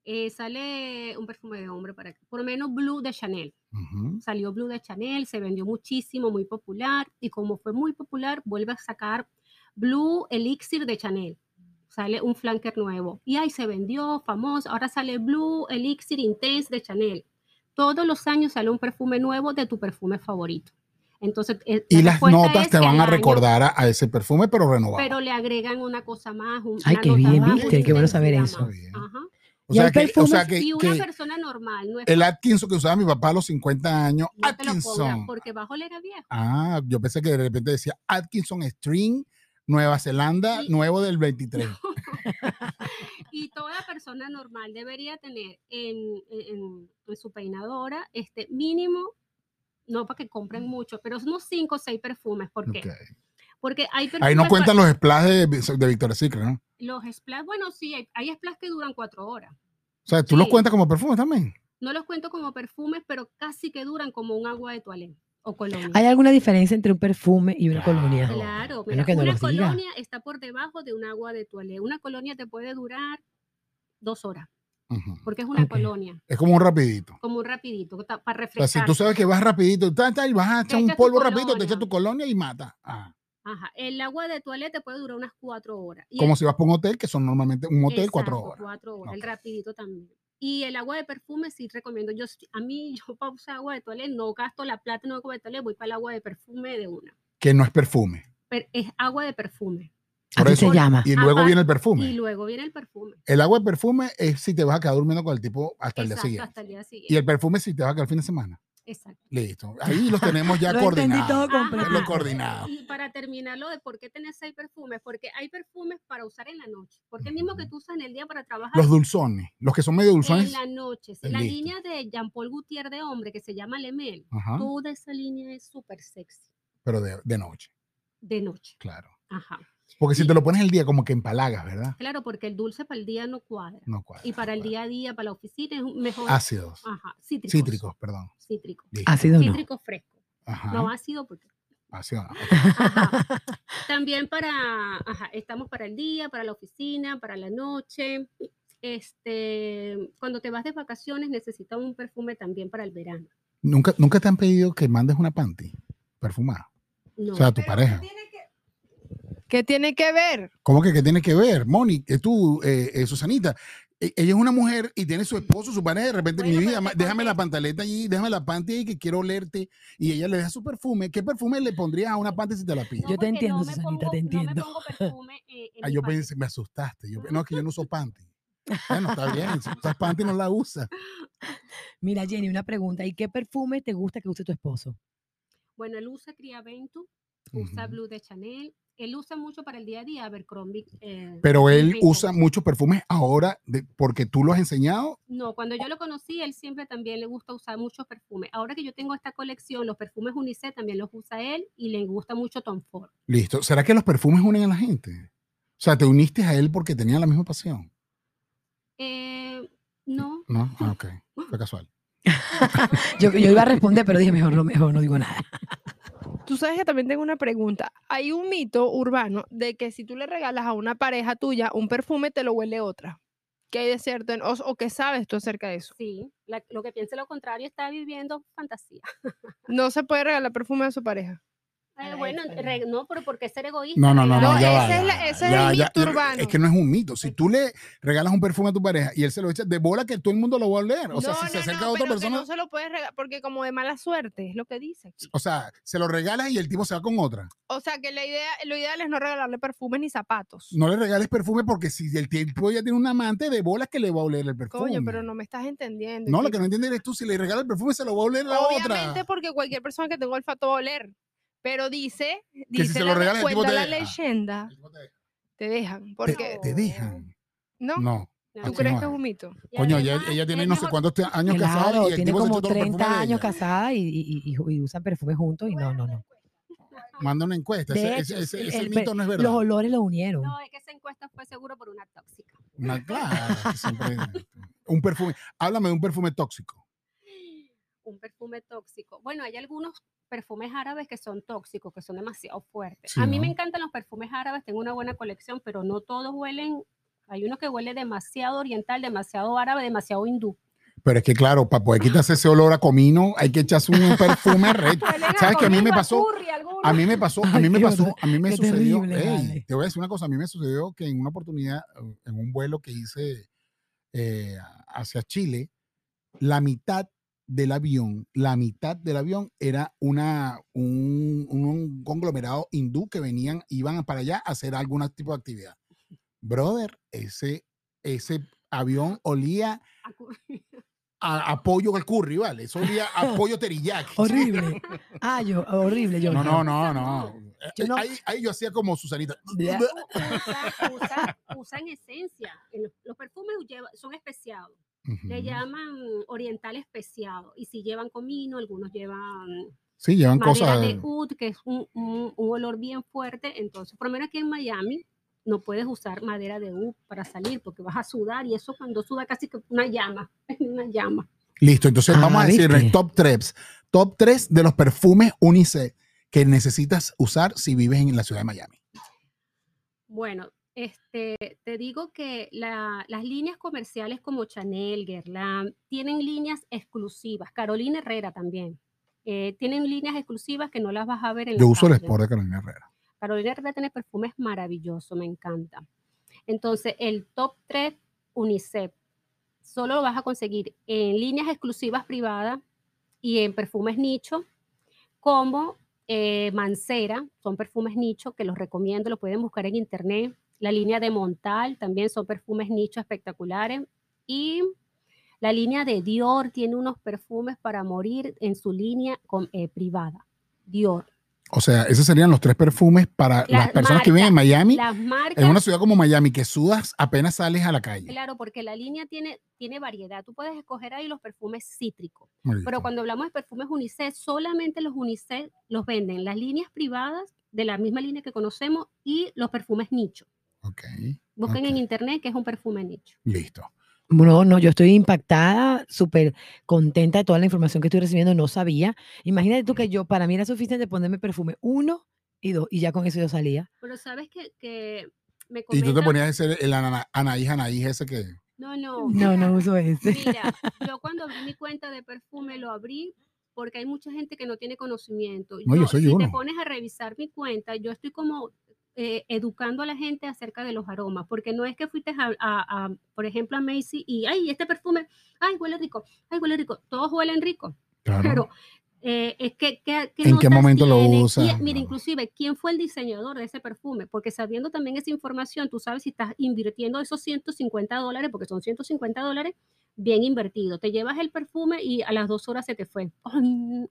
Speaker 4: eh, sale un perfume de hombre, para por lo menos Blue de Chanel.
Speaker 1: Ujú.
Speaker 4: Salió Blue de Chanel, se vendió muchísimo, muy popular, y como fue muy popular, vuelve a sacar Blue Elixir de Chanel. Sale un flanker nuevo. Y ahí se vendió, famoso. Ahora sale Blue Elixir Intense de Chanel. Todos los años sale un perfume nuevo de tu perfume favorito. Entonces, eh, la
Speaker 1: Y las
Speaker 4: respuesta
Speaker 1: notas
Speaker 4: es
Speaker 1: te
Speaker 4: que
Speaker 1: van
Speaker 4: al
Speaker 1: a
Speaker 4: año-
Speaker 1: recordar a, a ese perfume, pero renovado.
Speaker 4: Pero le agregan una cosa más. un-
Speaker 2: Ay,
Speaker 4: una
Speaker 2: qué
Speaker 4: nota
Speaker 2: bien,
Speaker 4: más,
Speaker 1: viste,
Speaker 4: una
Speaker 1: qué bueno
Speaker 2: saber
Speaker 4: intensidad
Speaker 1: eso.
Speaker 4: más.
Speaker 1: Bien.
Speaker 4: Ajá.
Speaker 1: o,
Speaker 2: y
Speaker 1: sea
Speaker 2: el
Speaker 1: que, o sea
Speaker 2: perfume-
Speaker 1: que- Eh,
Speaker 4: y una
Speaker 1: que
Speaker 4: persona normal no es
Speaker 1: el Atkinson que usaba mi papá a los 50 años,
Speaker 4: no te lo cobran
Speaker 1: Atkinson.
Speaker 4: porque bajo le era viejo.
Speaker 1: Ah, yo pensé que de repente decía Atkinson String, Nueva Zelanda,
Speaker 4: Y-
Speaker 1: nuevo del
Speaker 4: (laughs)
Speaker 1: 23.
Speaker 4: Y toda persona normal debería tener en, en- en su peinadora este mínimo, no para que compren mucho, pero unos 5 o 6 perfumes. ¿Por qué?
Speaker 1: Mm. Ok.
Speaker 4: Porque hay perfumes.
Speaker 1: Ahí no
Speaker 4: pa-
Speaker 1: cuentan los splash de, de Victoria's Secret, ¿no?
Speaker 4: Los splash, bueno, sí, hay, hay splash que duran 4 horas.
Speaker 1: O sea, tú los
Speaker 4: Sí.
Speaker 1: cuentas como perfumes también.
Speaker 4: No los cuento como perfumes, pero casi que duran como un agua de toalé o colonia.
Speaker 2: ¿Hay alguna diferencia entre un perfume y una colonia?
Speaker 1: Claro.
Speaker 4: Claro,
Speaker 2: Bueno,
Speaker 4: mira,
Speaker 2: que no
Speaker 4: una
Speaker 2: los diga.
Speaker 4: colonia está por debajo de un agua de toalé. Una colonia te puede durar dos horas,
Speaker 1: Ujú.
Speaker 4: porque es una
Speaker 2: Ok.
Speaker 4: colonia,
Speaker 1: Es como un rapidito.
Speaker 4: como un rapidito, ta-
Speaker 1: O
Speaker 4: para
Speaker 1: sea,
Speaker 4: refrescar.
Speaker 1: si tú sabes que vas rapidito, ta, ta, y vas a echar un
Speaker 4: echas tu
Speaker 1: polvo rapidito, te
Speaker 4: colonia.
Speaker 1: echas tu colonia y mata. Ah,
Speaker 4: Ajá, el agua de toalé te puede durar unas cuatro horas. Y
Speaker 1: como
Speaker 4: el-
Speaker 1: si vas por un hotel, que son normalmente un hotel cuatro
Speaker 4: exacto,
Speaker 1: horas.
Speaker 4: cuatro horas, el
Speaker 1: Ok.
Speaker 4: rapidito también. Y el agua de perfume sí recomiendo. Yo, sí- a mí, yo para usar agua de toalé no gasto la plata en agua de toalé, voy para el agua de perfume de una.
Speaker 1: Que no es perfume.
Speaker 4: Pero es agua de perfume.
Speaker 1: Por
Speaker 2: Así
Speaker 1: eso-
Speaker 2: se llama.
Speaker 1: Y luego
Speaker 4: Aparte-
Speaker 1: viene el perfume.
Speaker 4: Y luego viene el perfume.
Speaker 1: El agua de perfume es si te vas a quedar durmiendo con el tipo hasta el día
Speaker 4: Exacto,
Speaker 1: siguiente.
Speaker 4: hasta el día siguiente.
Speaker 1: Y el perfume si te vas a quedar el fin de semana.
Speaker 4: Exacto.
Speaker 1: Listo. Ahí los tenemos ya
Speaker 2: (laughs) Lo entendí todo
Speaker 1: coordinados.
Speaker 4: Ajá.
Speaker 1: Lo
Speaker 2: completo.
Speaker 1: coordinado.
Speaker 4: Y para terminar lo de por qué tener seis perfumes, porque hay perfumes para usar en la noche, porque el mismo que
Speaker 1: Ujú.
Speaker 4: tú usas en el día para trabajar
Speaker 1: Los dulzones. Los que son medio
Speaker 4: en
Speaker 1: dulzones.
Speaker 4: la noche. sí. La
Speaker 1: Listo.
Speaker 4: línea de Jean Paul Gaultier de hombre que se llama Lemel,
Speaker 1: Ajá.
Speaker 4: toda esa línea es súper sexy
Speaker 1: Pero de, de noche,
Speaker 4: de noche.
Speaker 1: claro.
Speaker 4: Ajá.
Speaker 1: Porque si
Speaker 4: Y-
Speaker 1: te lo pones el día, como que empalagas, ¿verdad?
Speaker 4: Claro, porque el dulce para el día no cuadra.
Speaker 1: No cuadra.
Speaker 4: Y para el
Speaker 1: claro.
Speaker 4: día a día, para la oficina es un mejor
Speaker 1: Ácidos.
Speaker 4: ajá, cítricos,
Speaker 1: Cítricos, perdón.
Speaker 4: cítrico.
Speaker 1: Listo.
Speaker 2: Ácido no.
Speaker 4: Cítrico fresco,
Speaker 1: Ajá.
Speaker 4: no ácido porque
Speaker 1: ácido no.
Speaker 4: Ajá. También para, ajá, estamos para el día, para la oficina, para la noche. Este, cuando te vas de vacaciones necesitas un perfume también para el verano.
Speaker 1: ¿Nunca, nunca te han pedido que mandes una panty perfumada.
Speaker 4: No,
Speaker 1: O sea, a tu pareja.
Speaker 3: ¿Qué tiene que ver?
Speaker 1: ¿Cómo que qué tiene que ver? Moni, eh, tú, eh, eh, Susanita, eh, ella es una mujer y tiene su esposo, su pareja, de repente,
Speaker 4: Bueno,
Speaker 1: mi
Speaker 4: pero
Speaker 1: vida, ma-
Speaker 4: te
Speaker 1: déjame la
Speaker 4: contesto.
Speaker 1: pantaleta allí, déjame la panty ahí que quiero olerte. Y ella le deja su perfume. ¿Qué perfume le pondrías a una panty si te la pide?
Speaker 4: no,
Speaker 2: Yo te
Speaker 4: porque
Speaker 2: entiendo,
Speaker 4: me
Speaker 2: Susanita,
Speaker 4: pongo-
Speaker 2: te entiendo.
Speaker 4: No me pongo perfume, eh, en
Speaker 1: Ah,
Speaker 4: mi
Speaker 1: yo
Speaker 4: panty.
Speaker 1: pensé, me asustaste. Yo, pe- no, es que yo no
Speaker 3: (laughs)
Speaker 1: uso panty. Bueno, está bien, si usas panty no la usas.
Speaker 2: Mira, Jenny, una pregunta. ¿Y qué perfume te gusta que use tu esposo?
Speaker 4: Bueno, él usa Criaventus, usa
Speaker 1: Ujú.
Speaker 4: Blue de Chanel, él usa mucho para el día a día Abercrombie. eh,
Speaker 1: Pero él
Speaker 4: Rico.
Speaker 1: usa muchos perfumes ahora de- porque tú lo has enseñado.
Speaker 4: No, cuando yo lo conocí, él siempre también le gusta usar muchos perfumes. Ahora que yo tengo esta colección, los perfumes unisex también los usa él y le gusta mucho Tom Ford.
Speaker 1: Listo. ¿Será que los perfumes unen a la gente? O sea, te uniste a él porque tenían la misma pasión.
Speaker 4: Eh, no,
Speaker 3: (laughs)
Speaker 1: No, ah, ok. Fue casual.
Speaker 2: Yo, yo iba a responder, pero dije, mejor no, mejor no digo nada.
Speaker 3: Tú sabes que también tengo una pregunta. Hay un mito urbano de que si tú le regalas a una pareja tuya un perfume, te lo huele otra. ¿Qué hay de cierto en, o, o qué sabes tú acerca de eso?
Speaker 4: sí, la- lo que piense lo contrario está viviendo fantasía. (laughs)
Speaker 3: No se puede regalar perfume a su pareja.
Speaker 4: Eh, bueno, re- no, pero ¿por qué ser egoísta?
Speaker 1: No, no, no, no,
Speaker 4: Regalar-
Speaker 1: ya va.
Speaker 3: ese
Speaker 1: ya
Speaker 3: es la-
Speaker 1: va,
Speaker 3: ese es
Speaker 1: ya
Speaker 3: el
Speaker 1: va, ya-
Speaker 3: mito urbano.
Speaker 1: Es que no es un mito. Si tú le regalas un perfume a tu pareja y él se lo echa, de bola que todo el mundo lo va a oler. O sea, si se acerca a otra
Speaker 3: pero que
Speaker 1: persona,
Speaker 3: no se lo puedes regalar, porque como de mala suerte, es lo que dice aquí.
Speaker 1: o sea, se lo regalas y el tipo se va con otra.
Speaker 3: O sea, que la idea, lo ideal es no regalarle perfumes ni zapatos.
Speaker 1: No le regales perfume porque si el tipo ya tiene un amante, de bola que le va a oler el perfume.
Speaker 3: Coño, pero no me estás entendiendo.
Speaker 1: No, lo
Speaker 3: chico.
Speaker 1: que no entiendes es tú, si le regalas el perfume se lo va a oler la
Speaker 3: Obviamente
Speaker 1: otra.
Speaker 3: porque cualquier persona que tenga olfato va a oler. Pero dice,
Speaker 1: si
Speaker 3: dice
Speaker 1: se lo
Speaker 3: la,
Speaker 1: regalas, el tipo
Speaker 3: cuenta
Speaker 1: te
Speaker 3: la
Speaker 1: deja.
Speaker 3: leyenda, te dejan. Porque,
Speaker 1: Te, te dejan.
Speaker 3: ¿no?
Speaker 1: No.
Speaker 4: No,
Speaker 1: así
Speaker 3: ¿Tú
Speaker 1: no
Speaker 3: crees
Speaker 1: es.
Speaker 3: que es un mito?
Speaker 4: y
Speaker 1: Coño, ella,
Speaker 4: además
Speaker 1: ella tiene
Speaker 4: es
Speaker 1: no sé
Speaker 4: mejor-
Speaker 1: cuántos te- años casada
Speaker 2: Claro,
Speaker 1: y el
Speaker 2: tiene
Speaker 1: tipo se
Speaker 2: como
Speaker 1: echó todos los
Speaker 2: 30
Speaker 1: perfumes de
Speaker 2: años
Speaker 1: ella.
Speaker 2: casada y, y- y- y usan perfume juntos y no, no, no.
Speaker 1: Manda una encuesta.
Speaker 2: De
Speaker 1: Ese,
Speaker 2: hecho,
Speaker 1: ese- ese-
Speaker 2: el-
Speaker 1: ese
Speaker 2: el-
Speaker 1: mito no es verdad.
Speaker 2: Los olores lo unieron.
Speaker 4: No, es que esa encuesta fue seguro por una tóxica.
Speaker 1: Una- claro, siempre- (laughs) un perfume. Háblame de un perfume tóxico.
Speaker 4: Un perfume tóxico. Bueno, hay algunos perfumes árabes que son tóxicos, que son demasiado fuertes.
Speaker 1: Sí,
Speaker 4: a mí me
Speaker 1: ¿no?
Speaker 4: encantan los perfumes árabes, tengo una buena colección, pero no todos huelen. Hay uno que huele demasiado oriental, demasiado árabe, demasiado hindú.
Speaker 1: Pero es que, claro, para poder quitarse ese olor a comino, hay que echarse un
Speaker 3: (laughs)
Speaker 1: perfume recho. ¿Sabes que a mí me pasó? A mí me pasó, a
Speaker 2: Ay,
Speaker 1: mí me
Speaker 2: qué
Speaker 1: pasó,
Speaker 2: horror-
Speaker 1: a mí me
Speaker 2: qué
Speaker 1: sucedió.
Speaker 2: terrible,
Speaker 1: ey,
Speaker 2: vale.
Speaker 1: te voy a decir una cosa, a mí me sucedió que en una oportunidad, eh, en un vuelo que hice eh, hacia Chile, la mitad del avión, la mitad del avión era una, un, un conglomerado hindú que venían, iban para allá a hacer algún tipo de actividad. Brother, ese, ese avión olía a, a pollo al curry, ¿vale? Eso olía
Speaker 2: (laughs)
Speaker 1: a pollo teriyaki.
Speaker 2: Horrible. Ah, yo, horrible, yo.
Speaker 1: No, no, no, no. Eh,
Speaker 2: Yo
Speaker 1: eh,
Speaker 2: no-
Speaker 1: Ahí, ahí yo hacía como Susanita.
Speaker 2: Ya.
Speaker 4: Usan, usan- usan esencia. En Los, los perfumes lleva- son especiados. Le
Speaker 1: Ujú.
Speaker 4: llaman oriental especiado. Y si llevan comino, algunos llevan
Speaker 1: Sí, llevan
Speaker 4: madera
Speaker 1: cosas.
Speaker 4: de oud, que es un, un- un olor bien fuerte. Entonces, por lo menos aquí en Miami, no puedes usar madera de oud para salir porque vas a sudar y eso cuando suda casi que una llama, (laughs) una llama.
Speaker 1: Listo, entonces
Speaker 2: Ah,
Speaker 1: vamos a decir
Speaker 2: ¿viste?
Speaker 1: top 3. Top 3 de los perfumes unisex que necesitas usar si vives en la ciudad de Miami.
Speaker 4: Bueno, este, te digo que la- las líneas comerciales como Chanel, Guerlain, tienen líneas exclusivas. Carolina Herrera también. eh, tienen líneas exclusivas que no las vas a ver en
Speaker 1: Yo
Speaker 4: la
Speaker 1: uso el
Speaker 4: calle.
Speaker 1: Sport de Carolina Herrera.
Speaker 4: Carolina Herrera tiene perfumes maravillosos, me encanta. Entonces, el top 3 UNICEF solo lo vas a conseguir en líneas exclusivas privadas y en perfumes nicho, como eh, Mancera, son perfumes nicho que los recomiendo, lo pueden buscar en internet. La línea de Montal también son perfumes nicho espectaculares. Y la línea de Dior tiene unos perfumes para morir en su línea con- eh, privada. Dior.
Speaker 1: O sea, esos serían los tres perfumes para
Speaker 4: La
Speaker 1: las personas que viven en Miami,
Speaker 4: Las marcas.
Speaker 1: en una ciudad como Miami, que sudas apenas sales a la calle.
Speaker 4: Claro, porque la línea tiene, tiene variedad. Tú puedes escoger ahí los perfumes cítricos.
Speaker 1: Marico.
Speaker 4: Pero cuando hablamos de perfumes unisex, solamente los unisex los venden las líneas privadas de la misma línea que conocemos y los perfumes nicho.
Speaker 1: Ok,
Speaker 4: Busquen
Speaker 1: Ok.
Speaker 4: en internet que es un perfume nicho.
Speaker 1: listo.
Speaker 2: No, no, yo estoy impactada, súper contenta de toda la información que estoy recibiendo, no sabía. Imagínate tú que yo, para mí era suficiente ponerme perfume uno y dos, y ya con eso yo salía.
Speaker 4: Pero sabes que, que me
Speaker 1: Y tú te
Speaker 4: comentan-
Speaker 1: ponías ese, el ana- Anaís, Anaís, ese que.
Speaker 4: No, no.
Speaker 2: No, no
Speaker 1: (laughs)
Speaker 2: uso ese.
Speaker 4: (laughs) Mira, yo cuando abrí mi cuenta de perfume lo abrí porque hay mucha gente que no tiene conocimiento.
Speaker 1: No, yo soy
Speaker 4: si te
Speaker 1: uno.
Speaker 4: pones a revisar mi cuenta, yo estoy como eh, educando a la gente acerca de los aromas, porque no es que fuiste a, a- a, por ejemplo, a Macy y, ay, este perfume, ay, huele rico, ay, huele rico, todos huelen rico,
Speaker 1: Claro.
Speaker 4: pero... eh, es que, que-
Speaker 1: ¿En qué
Speaker 4: notas
Speaker 1: momento lo
Speaker 4: tiene? Y,
Speaker 1: usas?
Speaker 4: mira,
Speaker 1: Claro.
Speaker 4: inclusive, ¿quién fue el diseñador de ese perfume? Porque sabiendo también esa información, tú sabes si estás invirtiendo esos 150 dólares, porque son 150 dólares, bien invertido. Te llevas el perfume y a las dos horas se te fue. Ay,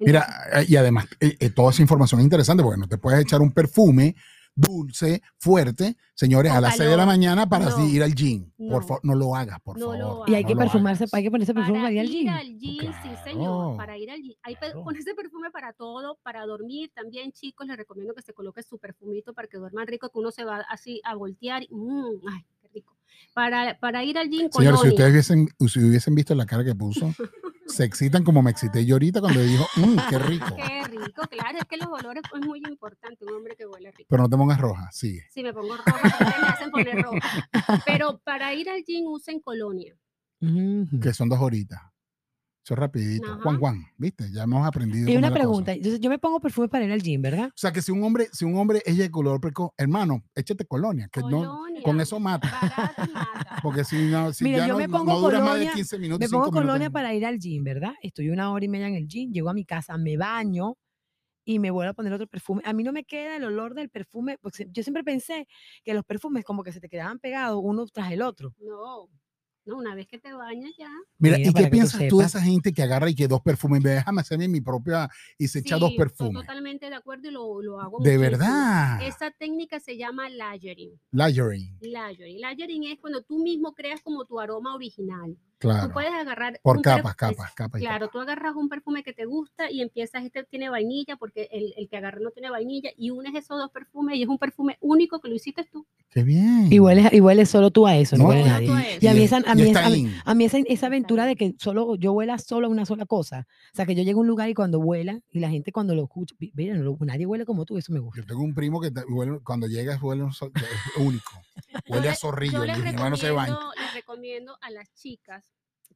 Speaker 4: entonces,
Speaker 1: Mira, eh, y además, eh, eh, toda esa información es interesante porque no te puedes echar un perfume dulce, fuerte, señores,
Speaker 4: Con
Speaker 1: a las 6 de la
Speaker 4: calor.
Speaker 1: mañana para así
Speaker 4: No.
Speaker 1: ir al gym. por
Speaker 4: No.
Speaker 1: favor, no lo hagas, por
Speaker 4: No lo
Speaker 1: favor.
Speaker 4: hagas.
Speaker 2: Y hay
Speaker 1: no
Speaker 2: que
Speaker 1: lo
Speaker 2: perfumarse,
Speaker 1: hagas.
Speaker 2: hay que ponerse perfume para ir al gym.
Speaker 4: al gym, sí señor, para ir al gym. Hay pe-
Speaker 1: claro.
Speaker 4: con ese perfume para todo, para dormir también, chicos, les recomiendo que se coloque su perfumito para que duerman rico, que uno se va así a voltear. y, mm, ay, qué rico. Para, para ir al gym con
Speaker 1: Señores, si
Speaker 4: Oni.
Speaker 1: ustedes hubiesen, si hubiesen visto la cara que puso, se excitan como me excité yo ahorita cuando dijo, "Mm, qué rico.
Speaker 4: Qué rico, claro, es que los olores es muy importante, un hombre que huele rico.
Speaker 1: Pero no te pongas roja, sigue.
Speaker 4: Si me pongo roja, siempre me hacen poner roja. Pero para ir al gym usen colonia.
Speaker 2: Ujú.
Speaker 1: Que son dos horitas. Eso es rapidito.
Speaker 4: Ajá.
Speaker 1: Juan Juan, ¿viste? Ya hemos aprendido.
Speaker 2: Y
Speaker 1: cómo
Speaker 2: una
Speaker 1: es la cosa.
Speaker 2: pregunta, entonces yo me pongo perfume para ir al gym, ¿verdad?
Speaker 1: O sea, que si un hombre, si un hombre es precoz, hermano, échate colonia, que no,
Speaker 4: Colonia,
Speaker 1: con eso mata.
Speaker 4: barato y
Speaker 1: (laughs)
Speaker 4: mata.
Speaker 1: Porque si, no, si
Speaker 2: Mira,
Speaker 1: ya
Speaker 2: yo
Speaker 1: no,
Speaker 2: me
Speaker 1: no-
Speaker 2: pongo
Speaker 1: no dura más de
Speaker 2: colonia-
Speaker 1: 15 minutos.
Speaker 2: Me
Speaker 1: cinco
Speaker 2: pongo
Speaker 1: minutos,
Speaker 2: colonia
Speaker 1: no.
Speaker 2: para ir al gym, ¿verdad? Estoy una hora y media en el gym, llego a mi casa, me baño y me vuelvo a poner otro perfume. A mí no me queda el olor del perfume, porque se- yo siempre pensé que los perfumes como que se te quedaban pegados uno tras el otro.
Speaker 4: No, no, una vez que te bañas ya.
Speaker 1: Mira,
Speaker 2: Mira,
Speaker 1: ¿y
Speaker 2: para
Speaker 1: qué
Speaker 2: que tú
Speaker 1: piensas tú de
Speaker 2: sepas.
Speaker 1: esa gente que agarra y que dos perfumes? Ve, Déjame hacerme mi propia y se echa dos
Speaker 4: sí, estoy
Speaker 1: perfumes.
Speaker 4: totalmente de acuerdo y lo, lo hago.
Speaker 1: De
Speaker 4: muchísimo.
Speaker 1: verdad.
Speaker 4: Esa técnica se llama layering.
Speaker 1: Layering,
Speaker 4: Layering. Layering es cuando tú mismo creas como tu aroma original.
Speaker 1: claro.
Speaker 4: Tú puedes agarrar.
Speaker 1: Por
Speaker 4: un perf-
Speaker 1: capas, capas,
Speaker 4: es-
Speaker 1: capas. y
Speaker 4: Claro,
Speaker 1: capas.
Speaker 4: tú agarras un perfume que te gusta y empiezas, este tiene vainilla, porque el, el que agarré no tiene vainilla, y unes esos dos perfumes y es un perfume único que lo hiciste tú.
Speaker 1: Qué bien.
Speaker 2: Y hueles, y hueles solo tú a eso, no,
Speaker 1: Mm. No,
Speaker 2: huele
Speaker 4: hueles
Speaker 1: y-
Speaker 4: a
Speaker 2: nadie.
Speaker 4: todo
Speaker 1: y-
Speaker 4: eso.
Speaker 2: Y a mí
Speaker 1: y-
Speaker 2: esa- a
Speaker 1: y
Speaker 2: mí
Speaker 1: está
Speaker 2: esa-
Speaker 1: in.
Speaker 2: A mí esa, esa aventura de
Speaker 4: Exacto.
Speaker 2: que solo yo huela solo a una sola cosa. O sea, que yo llego a un lugar y cuando vuela, y la gente cuando lo escucha, "Vi- mira, no lo- nadie huele como tú, eso me gusta.
Speaker 1: Yo tengo un primo que ta- huele- cuando llegas huele un so- es único. Huele a
Speaker 4: le-
Speaker 1: zorrillo.
Speaker 4: (laughs) Yo les
Speaker 1: y mi hermano se baña.
Speaker 4: recomiendo, les recomiendo a las chicas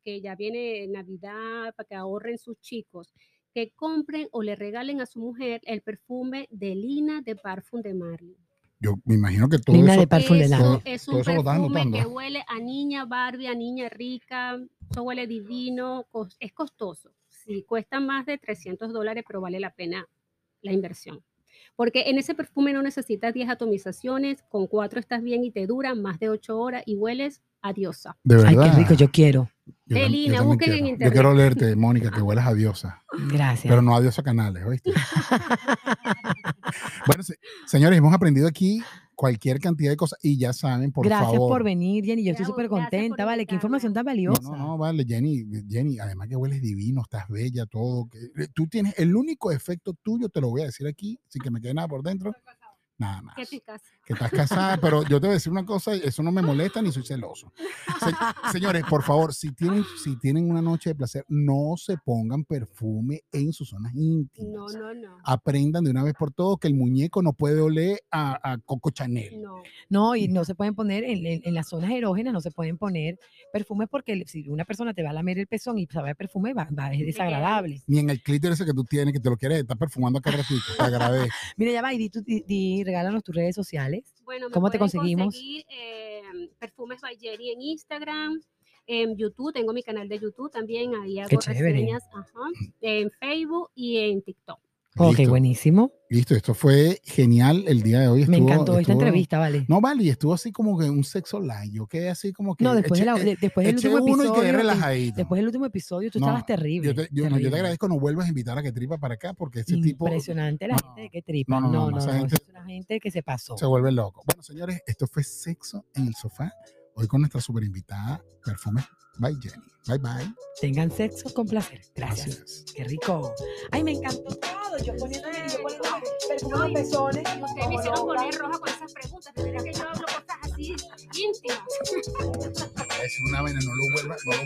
Speaker 4: que ya viene Navidad para que ahorren sus chicos, que compren o le regalen a su mujer el perfume de Lina de Parfum de Marley.
Speaker 1: Yo me imagino que todo
Speaker 2: Lina
Speaker 1: eso
Speaker 2: de Parfum de Lana.
Speaker 1: todo-
Speaker 4: Eso es
Speaker 1: todo
Speaker 4: un
Speaker 1: eso lo estás
Speaker 4: perfume que
Speaker 1: anotando.
Speaker 4: huele a niña Barbie, a niña rica, eso huele divino, cos- es costoso. Sí, cuesta más de 300 dólares, pero vale la pena la inversión. Porque en ese perfume no necesitas 10 atomizaciones, con 4 estás bien y te dura más de 8 horas y hueles a diosa.
Speaker 1: De
Speaker 2: Ay,
Speaker 1: verdad.
Speaker 2: qué rico, yo quiero.
Speaker 1: Yo tam- yo
Speaker 4: Elina,
Speaker 1: también
Speaker 4: busquen en
Speaker 1: quiero. Yo
Speaker 4: internet.
Speaker 1: quiero leerte, Mónica, que huelas a diosa,
Speaker 2: Gracias.
Speaker 1: pero no a diosa canales, ¿oíste? bueno, se- señores, hemos aprendido aquí cualquier cantidad de cosas y ya saben, por
Speaker 2: Gracias
Speaker 1: favor.
Speaker 2: por venir, Jenny. Yo estoy
Speaker 4: Bravo,
Speaker 2: súper
Speaker 4: gracias por
Speaker 2: contenta, vale. Qué
Speaker 4: invitarme.
Speaker 2: información tan
Speaker 1: No,
Speaker 2: valiosa.
Speaker 1: no, no, vale, Jenny, Jenny, además que hueles divino, estás bella, todo. que- eh, Tú tienes el único efecto tuyo, te lo voy a decir aquí, sin que me quede nada por dentro, nada más.
Speaker 4: ¿Qué te casas?
Speaker 1: que estás casada, pero yo te voy a decir una cosa, eso no me molesta ni soy celoso. Se- señores, por favor, si tienen, si tienen una noche de placer, no se pongan perfume en sus zonas
Speaker 4: No,
Speaker 1: íntimas.
Speaker 4: no, no.
Speaker 1: Aprendan de una vez por todo que el muñeco no puede oler a, a Coco Chanel.
Speaker 4: No,
Speaker 2: No, y no se pueden poner en, en- en las zonas erógenas, no se pueden poner perfumes porque le- si una persona te va a lamer el pezón y sabe a perfume, va, va- es
Speaker 4: queda
Speaker 2: desagradable.
Speaker 1: Ni en el clítoris ese que tú tienes, que te lo quieres estar perfumando acá ratito. Te agradezco.
Speaker 2: Mira, ya va y di, tu- di- di- regálanos tus redes sociales.
Speaker 4: Bueno, me
Speaker 2: ¿Cómo te
Speaker 4: pueden
Speaker 2: conseguimos?
Speaker 4: conseguir, eh, Perfumes by Jerry en Instagram, en YouTube, tengo mi canal de YouTube también, ahí hago
Speaker 2: chévere.
Speaker 4: reseñas, ajá, en Facebook y en TikTok.
Speaker 2: (laughs) Ok,
Speaker 1: Listo,
Speaker 2: buenísimo.
Speaker 1: listo, esto fue genial el día de hoy.
Speaker 2: Me
Speaker 1: estuvo-
Speaker 2: encantó esta
Speaker 1: estuvo-
Speaker 2: entrevista, vale.
Speaker 1: No, vale, y estuvo así como que un sexo live. Yo quedé así como que.
Speaker 2: No, después, de la-
Speaker 1: eché-
Speaker 2: de- después del
Speaker 1: eché
Speaker 2: último
Speaker 1: uno y
Speaker 2: episodio.
Speaker 1: quedé
Speaker 2: y-
Speaker 1: relajadito.
Speaker 2: después del último episodio, tú
Speaker 1: No,
Speaker 2: estabas terrible.
Speaker 1: Yo te, yo- no, yo te
Speaker 2: terrible.
Speaker 1: agradezco, no vuelvas a invitar a que tripa para acá porque ese tipo
Speaker 2: Impresionante la
Speaker 1: no,
Speaker 2: gente que
Speaker 1: no,
Speaker 2: tripa. No,
Speaker 1: no, no,
Speaker 2: no,
Speaker 1: no,
Speaker 2: no.
Speaker 1: esa
Speaker 2: esa
Speaker 1: gente-
Speaker 2: es una gente que se pasó.
Speaker 1: se vuelve loco. Bueno, señores, esto fue Sexo en el Sofá. Hoy con nuestra super invitada, Perfumes by Jenny. Bye bye.
Speaker 2: Tengan sexo con placer. Gracias.
Speaker 1: Gracias.
Speaker 2: Qué rico. Ay, me encantó todo. Yo poniendo yo poniendo perfume en los
Speaker 4: y-
Speaker 2: pezones.
Speaker 4: Y Ustedes me hicieron poner roja con esas preguntas, pero mira que yo hablo cosas así íntimas.
Speaker 1: Es una vaina, no lo vuelvas, no lo